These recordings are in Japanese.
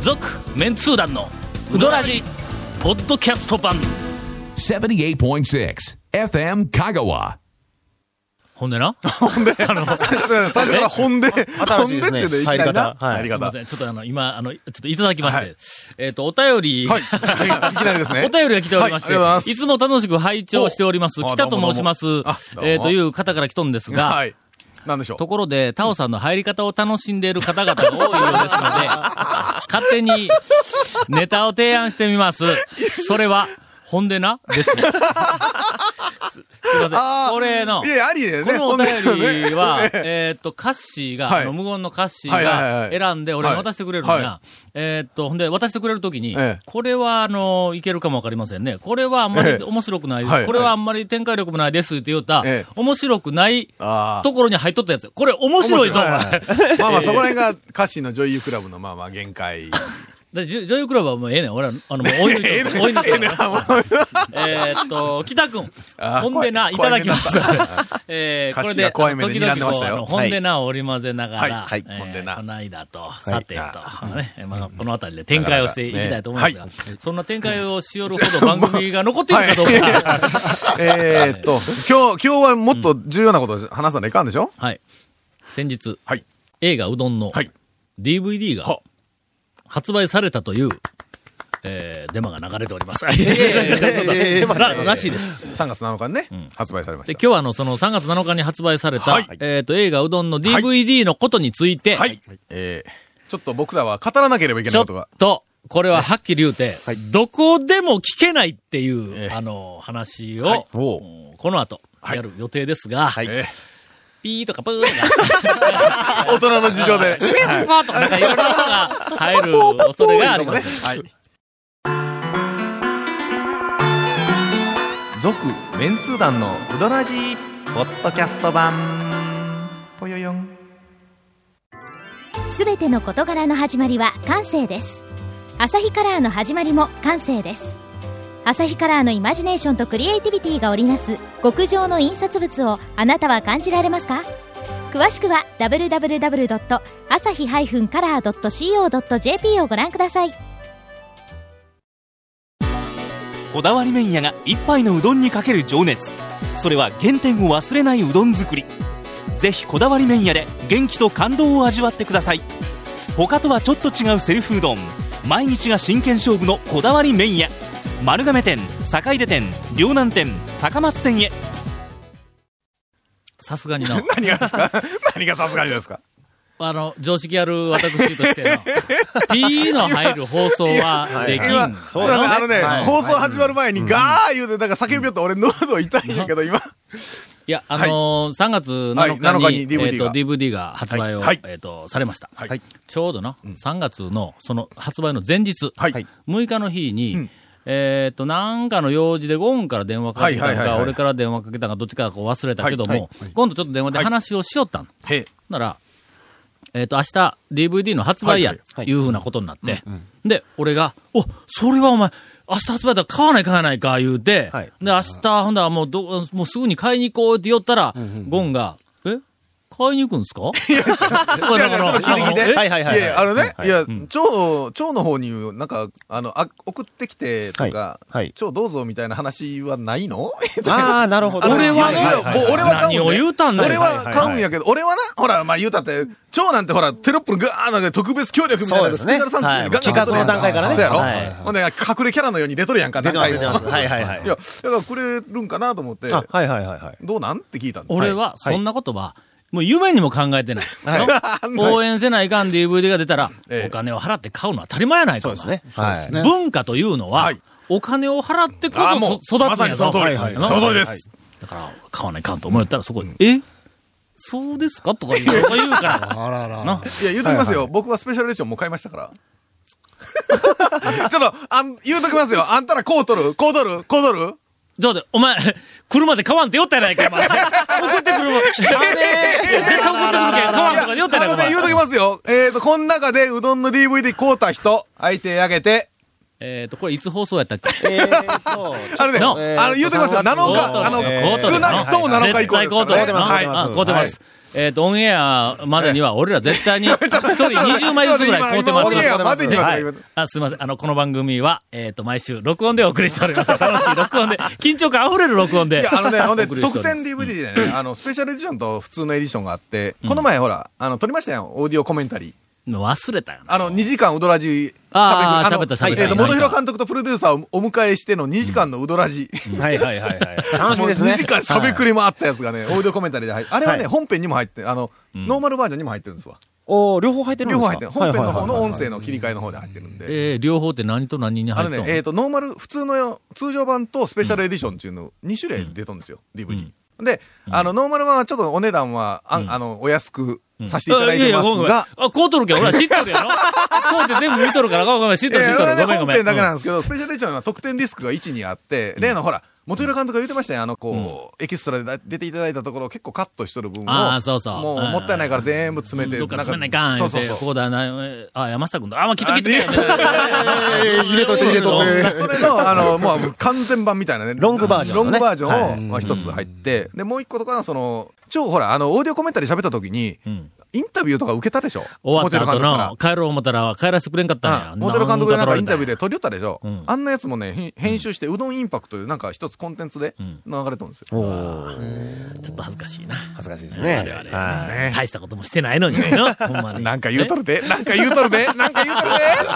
続メンツー団のウドラジポッドキャスト版78.6 FM Kagawa. ほんでなあの 最初から本で、新しいですね本ちょっといきなりな入入りりすいま方。せんちょっとあの今あのちょっといただきまして、えっ、とお便り、はい。いきなりですね。お便りが来ておりまして、はいありがとうございまい、すつも楽しく拝聴しております、おあ北とどうもどうも申しますあどう、もえーという方から来とんですが、はい。なんでしょとう。ころで、タオさんの入り方を楽しんでいる方々が多いようですので、 勝手にネタを提案してみます。それは、ほんでな、です。すすいませあん。ーこれのい、や、ありでこね。のお便りは、 本でねえーっと、カッシーが、はいあの無言のカッシーはいはいがはい選んで、俺に渡してくれるんだ。はいはえーっと、ほんで、渡してくれるときに、ええこれは、あの、いけるかもわかりませんね。これはあんまえりえ面白くないです。はいこれはあんまり展開力もないですって言った、ええ面白くない あーところに入っとったやつ。これ面白いぞ、お前。 まあまあ、そこら辺が歌詞の女優クラブのまあまあ限界。でじゅ女優クラブはもうええねん。俺は、あの、もう追い抜い てる、追い抜いてる。えーっと、北くん。 あーほんでな、怖いいただきます怖い目になっ。 えー、歌これ詞がで、怖い目で睨んでまこしう、たあよの、ほんでなを織り交ぜながら、はいはいえーほんでなこの間と、さてと、ね、まあ、この辺りで展開をしていきたいと思いますが、なそんな展開をしよるほど番組が残っているかどうか。えーっと、今日、今日はもっと重要なことを話さないかんでしょはい。先日、はい。映画うどんのはい。 DVD がは発売されたという、えー、デマが流れております。えーららしいです。 3月7日にね、発売され まで、し今日はあの、その3月7日に発売された、はいえっ、と、映画うどんの DVD のことについて、た。はい。えー、ちょっと僕らは語らなければいけちないょこっとが。と、これははっきり言うて、どこでも聞けないっていう、ええあの、話を、はいうんおうこの後、やる予定ですが、えピーとかプーとか、ー大人の事情で。 ピーとか、なんかいろんなのが入る恐れがあります。はい。続、メンツー団のうどらじポッドキャスト版。ぽよよん。すべての事柄の始まりは感性ですアサヒカラーの始まりも感性ですアサヒカラーのイマジネーションとクリエイティビティが織りなす極上の印刷物をあなたは感じられますか詳しくは www.asahi-color.co.jp をご覧くださいこだわり麺屋が一杯のうどんにかける情熱それは原点を忘れないうどん作りぜひこだわり麺屋で元気と感動を味わってください他とはちょっと違うセルフうどん毎日が真剣勝負のこだわり麺屋丸亀店坂出店龍南店高松店へさすがにな。何がですか何がさすがにですかあの、常識ある私として の、P の入る放送はできん。今、すいません、あのね、はい放送始まる前にガー言うて、なんか叫びよった俺喉痛いんやけど、今。いや、あのー3月7日に,、はい7日に DVD えーとが DVD が発売を、はいえー、とされました、はいちょうどな、3月のその発売の前日、はい6日の日に、えー、となんかの用事でゴンから電話かけたはのいはいはいか、はい俺から電話かけたのか、どっちかこう忘れたけども、はいはい今度ちょっと電話で話をしよったん、へなら、えっ、と、明日 DVD の発売や、はいはいいうふうなことになって、で、俺が、お、それはお前、明日発売だから買わない買わないか言うて、はいで、明日、ほんだらもうど、もうすぐに買いに行こうって言ったら、ゴンが、え買いに行くんですかあ違う違うちょっと聞いて聞いてのえはいはいはいはいいや、あのね、はいいや、蝶、蝶の方に、なんか、あの、あ送ってきてとかはいはい、蝶どうぞみたいな話はないのああ、なるほど。俺は言うよはいはいもう俺は買うん何だよを言うたんだよ俺はいははいはい買うんやけど、俺はな、ほら、まあ言うたって、蝶なんてほら、テロップのガーなんか特別協力みたいそなうですねスピーカーさんつはいいてガンガン企画の段階からねそうやろはいほんで、隠れキャラのように出とるやんか、出てます、出てます。は。はいいはいはい い。や、だからくれるんかなと思って、あ、はいはいはいはい。どうなんって聞いたんです俺は、そんなことは、もう夢にも考えてない。 はい応援せないかん DVD が出たら、ええお金を払って買うのは当たり前やないか。お前はい。文化というのは、はいお金を払ってこあーもうそそ育まつんさやにぞその通りはいはいその通りですはいだから、買わないかんと思ったら、そこに、えそうですかとか言うとか言うから。 あらら。な。いや、言うときますよ。僕はスペシャルレーションもう買いましたから。 ちょっと、あん、言うときますよ。あんたらこう取るこう取るこう取るちょっと、お前、車で買わんって言ったやないか、お 前。送ってくるもん。絶対送ってくるけん、買わんとかで言ったいややあのなね、い言か、おうとき前。ますよ。えーと、こん中でうどんの DVD 買うた人、相手あげて。えっと、これいつ放送やったっけえーと、あのね、のあの、言うときますよ。7コート日、あの、コートで少なくとも7日以降ですからね。絶対コートでな。はいあコートでます。えっ、と、オンエアまでには、俺ら絶対 に、一人20枚ずつぐらい買うてま今オすンエ。アまでにはとか言われてあすみません。あの、この番組は、えっ、と、毎週、録音でお送りしております。 楽しい録音で、緊張感溢れる録音で。いや、あのね、ほんで、お送りしてお特ります典 DVD でね、あの、スペシャルエディションと普通のエディションがあって、この前ほら、あの、撮りましたよ、オーディオコメンタリー。忘れたよな。あの、2時間ウドラジあーあの喋った喋ったえっと、はいはい元広監督とプロデューサーをお迎えしての2時間のウドラジ。はいはいはいはい。楽しみです2ね。時間喋くり回ったやつがね、オーディオコメンタリーで入って、あれはね、はい本編にも入ってる、あの、ノーマルバージョンにも入ってるんですわ。おー両方入ってるんで両す方か入ってる。本編の方の音はいはいはいはい声の切り替えの方で入ってるんで。えー、両方って何と何にあ入のっとねん、えっ、と、ノーマル、普通の、通常版とスペシャルエディションっていうの、2種類出とんですよ、DVD。で、あの、ノーマル版はちょっとお値段は、あ,、あの、お安くさせていただいてあややますが、ごめんごめんあ、こうとるけん、俺は知っとるやろこうって全部見とるから、ごめんごめん、知っえとる、知っー、と俺はる、ね、ごめんご本めん。編だけなうんんですけど、スペシャルエディションは得点リスクが1にあって、例のほら、元浦監督が言ってましたよ、あの、こう、エキストラでだ出ていただいたところを結構カットしとる分を、あーそうそうもううんもったいないから全部詰めて、どっか詰めないかん、言そううそうて、そうこ。うだな、えーあ、山下君だ。あ、まあ、来て来て。来て えー入れといて入れといて。それの、あの、もう完全版みたいなね。ロングバージョンのロねングバージョンをはいまあ、一つ入って、で、もう一個とかは、その、超ほら、あの、オーディオコメンタリー喋った時に、うんインタビューとか受けたでしょ終わった後からの、帰ろう思ったら帰らせてくれんかったんや。モテル監督でなんかインタビューで取り寄ったでしょ、うんあんなやつもね、へん編集して、うどんインパクトでなんか一つコンテンツでん流れたんですよ。ちょっと恥ずかしいな。恥ずかしいですね。はい。ね大したこともしてないの にな。ほんまに。なんか言うとるで、なんか言うとるで、なんか言うと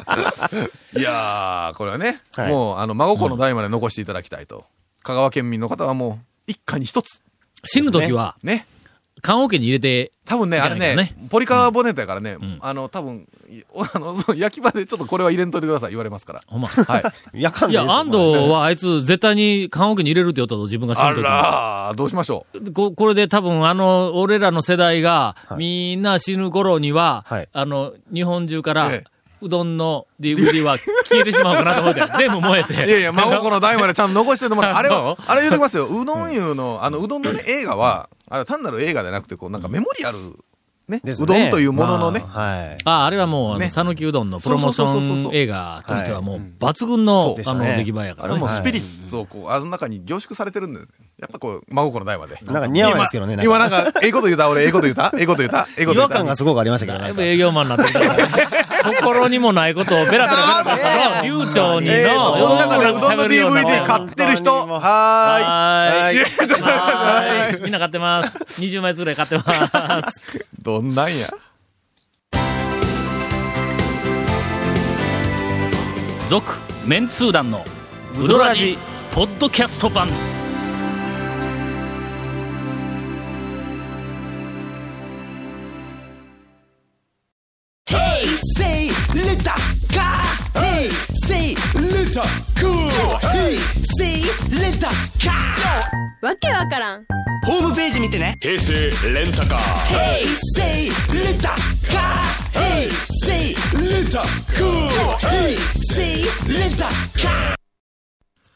るで。いやー、これはね、はいもう、あの、真心の代まで残していただきたいと。香川県民の方はもう、一家に一つ。死ぬ時は、ね。棺桶に入れて、多分ね、いかあなれいけどね、ねポリカーボネットやからね、んあの、多分、いあの、そう焼き場でちょっとこれは入れんといてください、言われますから。ほんま。はい。夜間いでいや、いですよ安藤はあいつ絶対に棺桶に入れるって言ったぞ、自分が死あぬ時に。らー、どうしましょう。ここれで多分あの、俺らの世代が、みんな死ぬ頃には、はいあの、日本中から、ええうどんの DVD は消えてしまうかなと 思って、全部燃えて。いやいや、真心の代までちゃんと残しててもらうあれあは、そあれ言うときますよ。うどん湯の、あの、うどんのね、映画は、あれは単なる映画じゃなくて、こう、なんかメモリアル、ね、ですうねどんというもののね、まあはい。ああれはもう、あのね讃岐うどんのプロモーシそうそうそうョそうン映画としてはもう、抜群の、あそうの、でしたね出来栄えやかあらねれも。スピリッツをこう、あの中に凝縮されてるんで、やっぱこう、真心の代まで。なんか似合わないですけどね。なん今かなんか、ええこと言うた、俺、ええこと言うた、ええこと言うた、ええこと違言う和た。感がすごくありましたけど、だないんぶか。営業マンになってきたから。 心にもないことをベラベラベラベラの、流暢にの、えーと、この中でうどんのような DVD 買ってる人、ははーーい。いいや。ちょっと待ってははーい。みんな買ってます。20枚ずつぐらい買ってます。いどんなんや。続メンツー団のウドラジポッドキャスト版わけわからん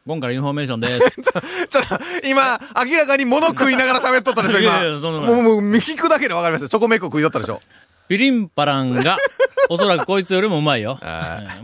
今からインフォメーション です。ちょっと、今、明らかに物食いながら喋っとったでしょ、いやいや今。どんどんもう、もう、聞くだけでわかりました。チョコメイク食いだったでしょ。ピリンパランが、おそらくこいつよりもうまいよ。うんまあまあいいやはい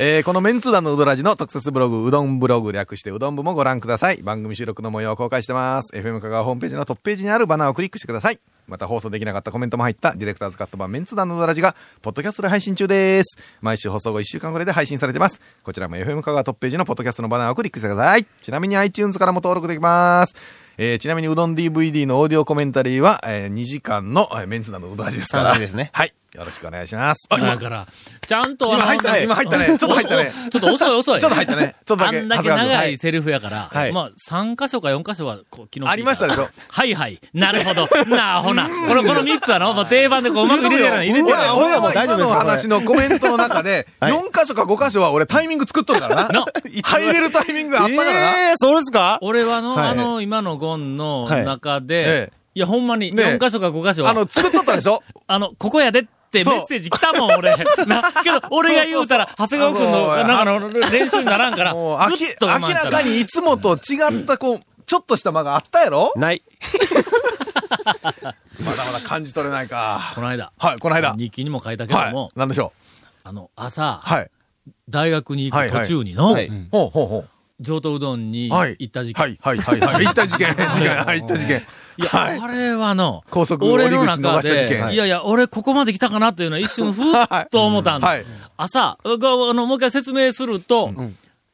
えーこのメンツー団のうどらじの特設ブログ、うどんブログ略してうどん部もご覧ください。番組収録の模様を公開してます。FM 香川ホームページのトップページにあるバナーをクリックしてください。また放送できなかったコメントも入ったディレクターズカット版メンツー団のうどらじが、ポッドキャストで配信中です。毎週放送後1週間くらいで配信されてます。こちらも FM 香川トップページのポッドキャストのバナーをクリックしてください。ちなみに iTunes からも登録できます。えーちなみにうどん DVD のオーディオコメンタリーは、え2時間のえーメンツー団のうどらじですから。楽しみですねはい。よろしくお願いします。あだから、ちゃんとあ今の入ったね、今入ったね。ちょっと入ったね。おおちょっと遅い遅い。ちょっと入ったねちょっとだけあんだけ恥ずかしい長はいいセリフやから、はいまあ、3箇所か4箇所は、こう、昨日聞いら。ありましたでしょはいはい。なるほど。なあ、ほな。この、この3つはの、まあ、定番でこう、うまく入れてるの入れて俺るら、俺らも今の話のコメントの 中で、はい4箇所か5箇所は俺タイミング作っとるからなな。 入れるタイミングがあったからな。えー、そうですか俺はあの、はいあの、今のゴンの中で、いいええや、ほんまに、ね4箇所か5箇所は、ああのの、、作っとったでしょここやでってメッセージ来たもん、俺。 な、けど、俺が言うたら、長谷川君の、あのーなんかの、練習にならんから、もう、ぐあっきと明我慢らしたかにいつもと違った、こう、ちょっとした間があったやろない。まだまだ感じ取れないか。この間、はい、この間。日記にも書いたけども、はい。なんでしょう。あの、朝、はい。大学に行く途中にの、はい。ほうほうほう。上等うどんにはい。行った時期。はい、はい、はい。はい行った事件、事件、はい、行った事件。いや、はいあれはの、高速俺の折り口中逃した事で、件はいいやいや、俺ここまで来たかなっていうのは一瞬ふっと思ったんだ。はい朝、ごあの、もう一回説明すると、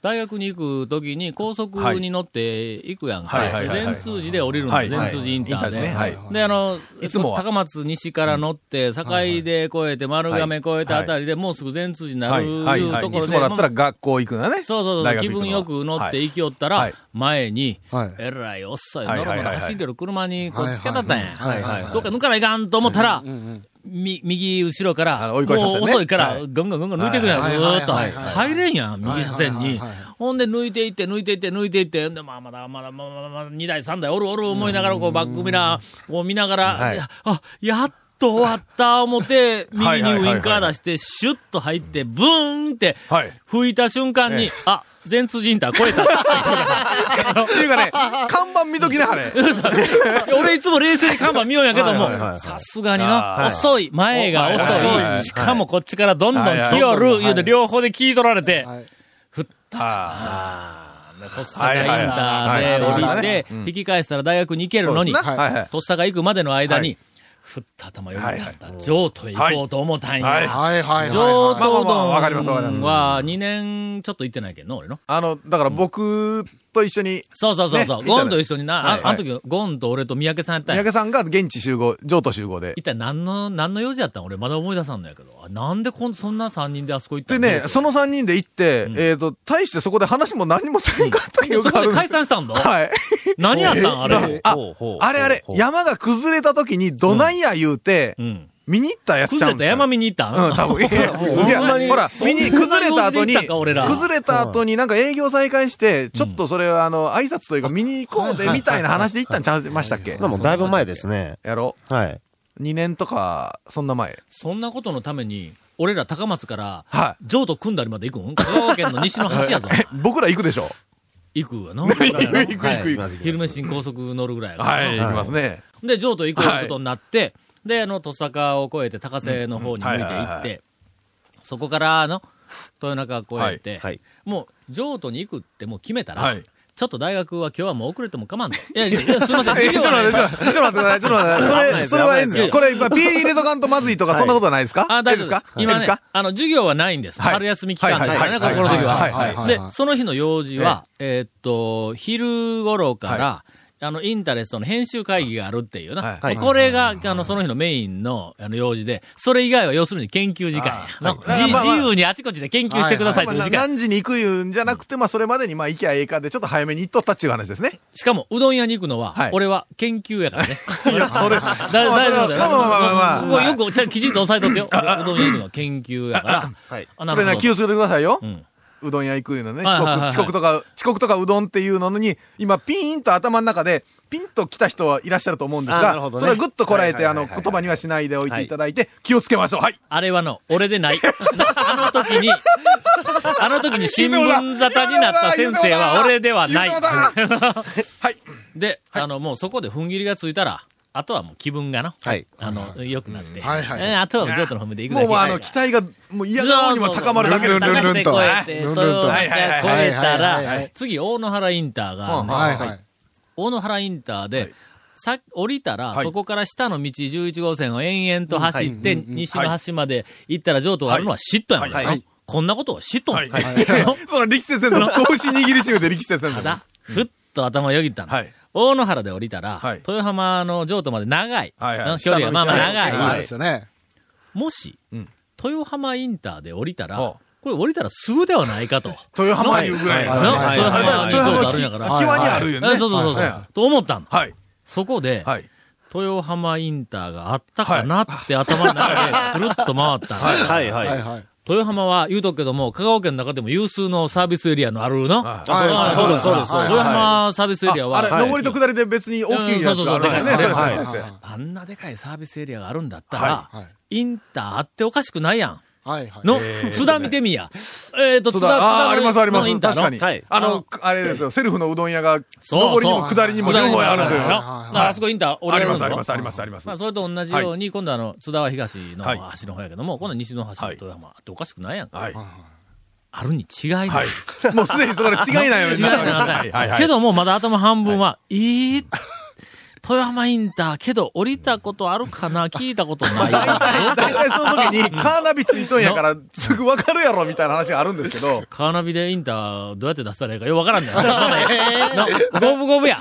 大学に行くときに高速に乗って行くやんかはいはい。はいはい全通寺で降りるんはだ。い全通寺インターインターでねはいで。で、あの、いつもは高松西から乗って、境で越えて、丸亀越えたあたりで、もうすぐ全通寺になはるい、はい、いうはい。といころつでもだったら学校行くのね。そうそうそう、大学気行くのは分よく乗って行きよったはらい、前にはい、えらいおっさん、はいのろのはいろはい走ってる車にこうつけたったんやはいはいはいはいはいは。いどっか抜かないかんと思ったら、み右後ろから、あのも追うい越し車線ね遅いかはら、いガンガンガンガン抜いていくんやん、はいずーっと。はいはいはいはい入れんやん、右車線はいにはいはいはい。ほんで抜いていって、抜いていって、抜いていって、で、まあまだまだまだまだまだ2台、3台、おるおる思いながら、こうバックミラーを見ながら、はいいやあ、やっと終わった思って、はい右にウインカー出して、シュッと入って、ブーンって、はい吹いた瞬間に、ええあ、全通じんた、超えた。っていうかね、看板見ときなはれ。いや俺いつも冷静に看板見ようんやけどもはいはいはいは、いさすがにあーな、遅い、前がはいはい遅はいい、しかもこっちからどんどんはいはい来よどんどる、ん言うて両方で聞い取られて、はいあとっさかインタはいはいはいーでは降いりて、引き返したら大学に行けるのに、そうですねはいはいとっさか行くまでの間はに、ふった頭よぎったった。上都へ行こうと思ったんはいや。はいはいはい上は都うまあまあまあどんわかりますわかりますは2年ちょっと行ってないけどな、俺の。あ。あの、だから僕と一緒に、そうそうそうそう、ねゴンと一緒にな、はあいはいあの時ゴンと俺と三宅さんやったん三や。宅さんが現地集合、上都集合で。一体何の、何の用事やったん俺まだ思い出さんのやけど。あなんでこん、そんな3人であそこ行ったでんね、その、の3人で行って、えっと、大してそこで話も何もせんかった記そ憶がこあでるんで解すよ。散したんだ、はい。何やったんあれ。あほうほうあれあれ、ほうほう山が崩れた時にどないや言うて、うん。見に行ったやつちゃ崩うれんたですか山見に行ったん、うん、多分。いや、いやほんまにほら、そん見なに、崩れた後に、用事で行ったか俺ら崩れた後になんか営業再開して、ちょっとそれはあの、挨拶というか見に行こうで、みたいな話で行ったんちゃいましたっけまあもうだいぶ前ですね。やろはい。 ?2 年とか、そんな前。 そんなことのために、俺ら高松から、は譲渡組んだりまで行くん香川県の西の端やぞ。え僕ら行くでしょ行くわな。 行く行く行く。昼飯に高速乗るぐらいやからはい、行きますね。で、譲渡行こうってことになって、で、あの、戸坂を越えて高瀬の方に向いてうんはい行はっいはて、そこから、あの、豊中越えて、はい。もう、譲渡に行くってもう決めたら、はいちょっと大学は今日はもう遅れても構わ んと。いやいや、いやすいません、え、授業ちょっとは待ねって、ちょっと待って、ちょっと待って、それ、それはええんですよ。これ、ピー入れとかんとまずいとか、そんなことはないですかあ、大丈夫です。ええで今すねか、あの、授業はないんです。はい春休み期間ですからね、こはいのこの時は。はいはいはいではい、その日の用事は、えーっと、昼頃から、あの、インタレストの編集会議があるっていうな。はいこれが、あの、その日のメインの、あの、用事で、それ以外は要するに研究時間や。のいじまあまあ自由にあちこちで研究してくださいというまあ時間。何時に行くいうんじゃなくて、まあ、それまでに、まあ、行きゃええかで、ちょっと早めに行っとったっていう話ですね。しかも、うどん屋に行くのは、はい俺は研究やからね。 いや、それ、まあそれだ大丈夫だはよ。まあまあまあまあまあ。ここよく、ちゃんときちんと押さえとってよ。俺うどん屋行くのは研究やから。はい。あそれな、気をつけてくださいよう。ん。うどん屋行くいうのね。はい遅はいはいはい刻、遅刻とか、遅刻とかうどんっていうのに、今、ピーンと頭の中で、ピンと来た人はいらっしゃると思うんですあなるが、ほどねそれはぐっとこらえて、はあいはいの、はい言はい葉にはしないでおいていただいて、気をつけましょう。はい。あれはの、俺でない。あの時に、あの時に新聞沙汰になった先生は俺ではない言。うてもだ言うてもだ はい。で、あの、もうそこで踏ん切りがついたら、あとはもう気分がな、はい。あの、良くなって、はいはいうんあとは譲渡の方面で行くだけ。もう、まああの、はい期待が、もう嫌顔にも高まるだけですルンルンルンルンと高瀬越えて、ルンルン豊と岡はいはいはい越えたはいはいはらい、次、大野原インターがあんねん、はいはい大野原インターで、さ降りたら、はいそこから下の道11号線を延々と走って、西の端まで行ったら上都があるのは嫉妬やもんな、はいはいこんなことを嫉妬もん、はい。その力士先生の拳握りしめて力士先生たの。だ、ふっと頭よぎったの。はい大野原で降りたら、はい豊浜の上都まで長い。はいはいの距離はまあまあ下の道は長い。ねははいい。ですよね。もし、豊浜インターで降りたら、おうこれ降りたらすぐではないかと。豊浜いうぐらいやかのらねはい豊あ浜に上都あだから豊るんやか浜ら。き際にあるよえね。そうそうそうそう、はと思ったの。はい。そこで、はい。豊浜インターがあったかなって頭の中でぐるっと回ったの。はいはい。はいはい。豊浜は言うとくけども、香川県の中でも有数のサービスエリアのあるの。はいあはいそうですはい豊浜サービスエリアは、あれ、はい上りと下りで別に大きいやつがあるからね。うんそうそうそうはいはいそうですあんなでかいサービスエリアがあるんだったら、いはいインターあっておかしくないやん。はいはい。の、津田見てみや。えっ、と、そう津だ田、津あ田あ、のあります、ありまのイす。ンター確のかにはい。あの、あれですよ、セルフのうどん屋が、そう上りにもそう下りにも両方あるんですよ。だあからあそこインター、俺りるまんす、だありろます、あります、ありますまあ、。それと同じように、今度あの、津田は東のはい端の方やけども、今度は西の端、はい豊浜あっておかしくないやんか。はい。あるに違いない。はい。 もうすでにそれ違いないよう違にいななったわけですかはっいはいはた。い。けどもうまだ頭半分は、いい、富山インター、けど降りたことあるかな聞いたことない。大体、 大体その時に、カーナビついとんやから、すぐわかるやろみたいな話があるんですけど、カーナビでインター、どうやって出したらいいかよくわからんねんまだな五分五分や。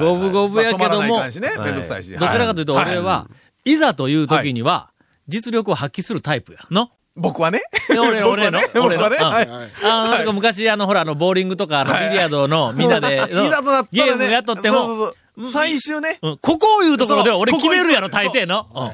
五分五分やけどまあ止まらないも、かんしね、めんどくさいし。どちらかというとはい俺は、いざという時には、実力を発揮するタイプや。の僕はね。で俺、 僕は俺のね、俺の。うん僕はね、はい。あの、なんか昔、あの、ほら、あの、ボーリングとか、あの、ビはいリヤードの、みんな で、いざとなったらね。ゲームやっとっても、そうそうそう最終ね、うんここを言うところでは俺そう決めるやろ、ここ大一番抵の。うん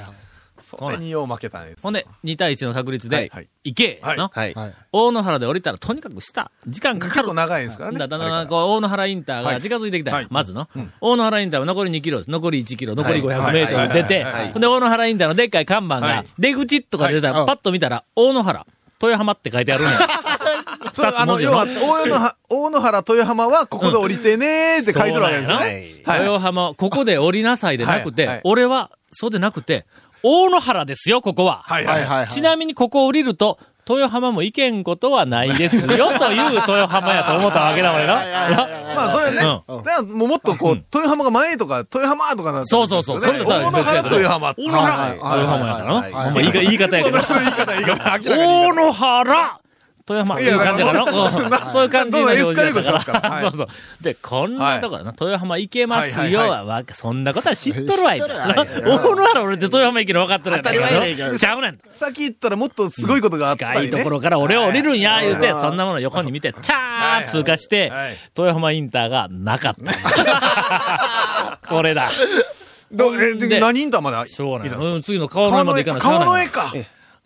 それによう負けたんです。ほんで、2対1の確率ではい、行けはいの。はい。大野原で降りたら、とにかく下、時間かか結る。構長いですからね。だだんだんだあんれこう、大野原インターが近づいてきたんやはいまずの。大野原インターは残り2キロです。残り1キロ、残り500メートル出てはいはいはいはい、ほんで、大野原インターのでっかい看板はがい、出口とか出たら、パッと見たら、大野原、豊浜って書いてあ るんや。からそれあ文の、字の要は、大野は大野原豊浜はここで降りてねーって書いてるわけですそうね。なんやな豊浜、ここで降りなさいでなくはいはてい、俺は、そうでなくて、大野原ですよ、ここは。はいはいはい。はいちなみにここ降りると、豊浜も行けんことはないですよ、という豊浜やと思ったわけだもんな。まあ、それはね、うだからもうもっとこう、豊浜が前とか、豊浜とかなってそうそうそう。それ大野原豊浜。大野原豊浜やからな。ほんま言い方言い方やけど。言い方、言い方、明らかに。大野原豊浜っていう感じやからなうんそういう感じの表示やどんどんエスカレートしてますからはいそうそう。で、こんなとこやな、豊浜行けますよはいはは、わかそんなことは知っとるわいな。知っ大野原俺って豊浜行けるの分かっとるや当たり前やねんろ。ちゃうねん。先行ったらもっとすごいことがあった近いりとねこ。ろから俺を降りるんや、言うて、そんなもの横に見て、チャーン通過してはいはい、豊浜インターがなかった。 これだ。どえでで何人だまだしょうがいたなんい。ですかうん次の川の江まで行かない川の絵か。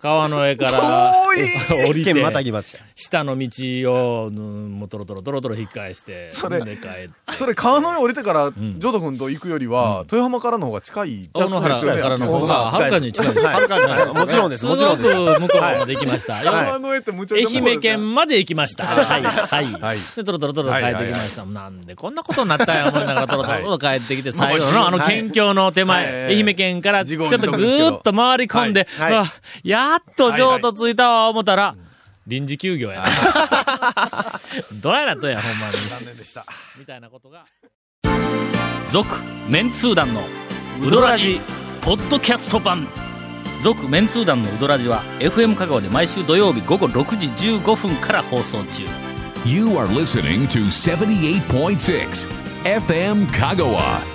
川の江から遠い。降りて県、またぎました。下の道を、うんもうトロトロトロトロ引き返して、それで帰って。それ川の上降りてから、ジョド君と行くよりは、豊浜からの方が近い。大野原からの方が、はるかに近いです。はるかに近いですもちろんです。すごもくちろんです。向こうまで行きました。川の絵ってむちゃ愛くちゃ媛向こうですね県まで行きま した。はい、はい。はいで、トロトロトロ帰ってきました。なんでこんなことになったんや思いながら、トロトロトロ帰ってきて、最後のあの県境の手前、はい愛媛県からち自ょ業っ自と得ぐですけどーっと回り込んで、はいはいうわやっと上都着いたわ、思ったら、臨時休業 やな。どうやらとんや、ほんまに。残念でした。みたいなことが。続、メンツー団の、ウドラジ、ポッドキャスト版。続、メンツー団のウドラジは、FM 香川で毎週土曜日午後6時15分から放送中。 You are listening to 78.6 FM Kagawa.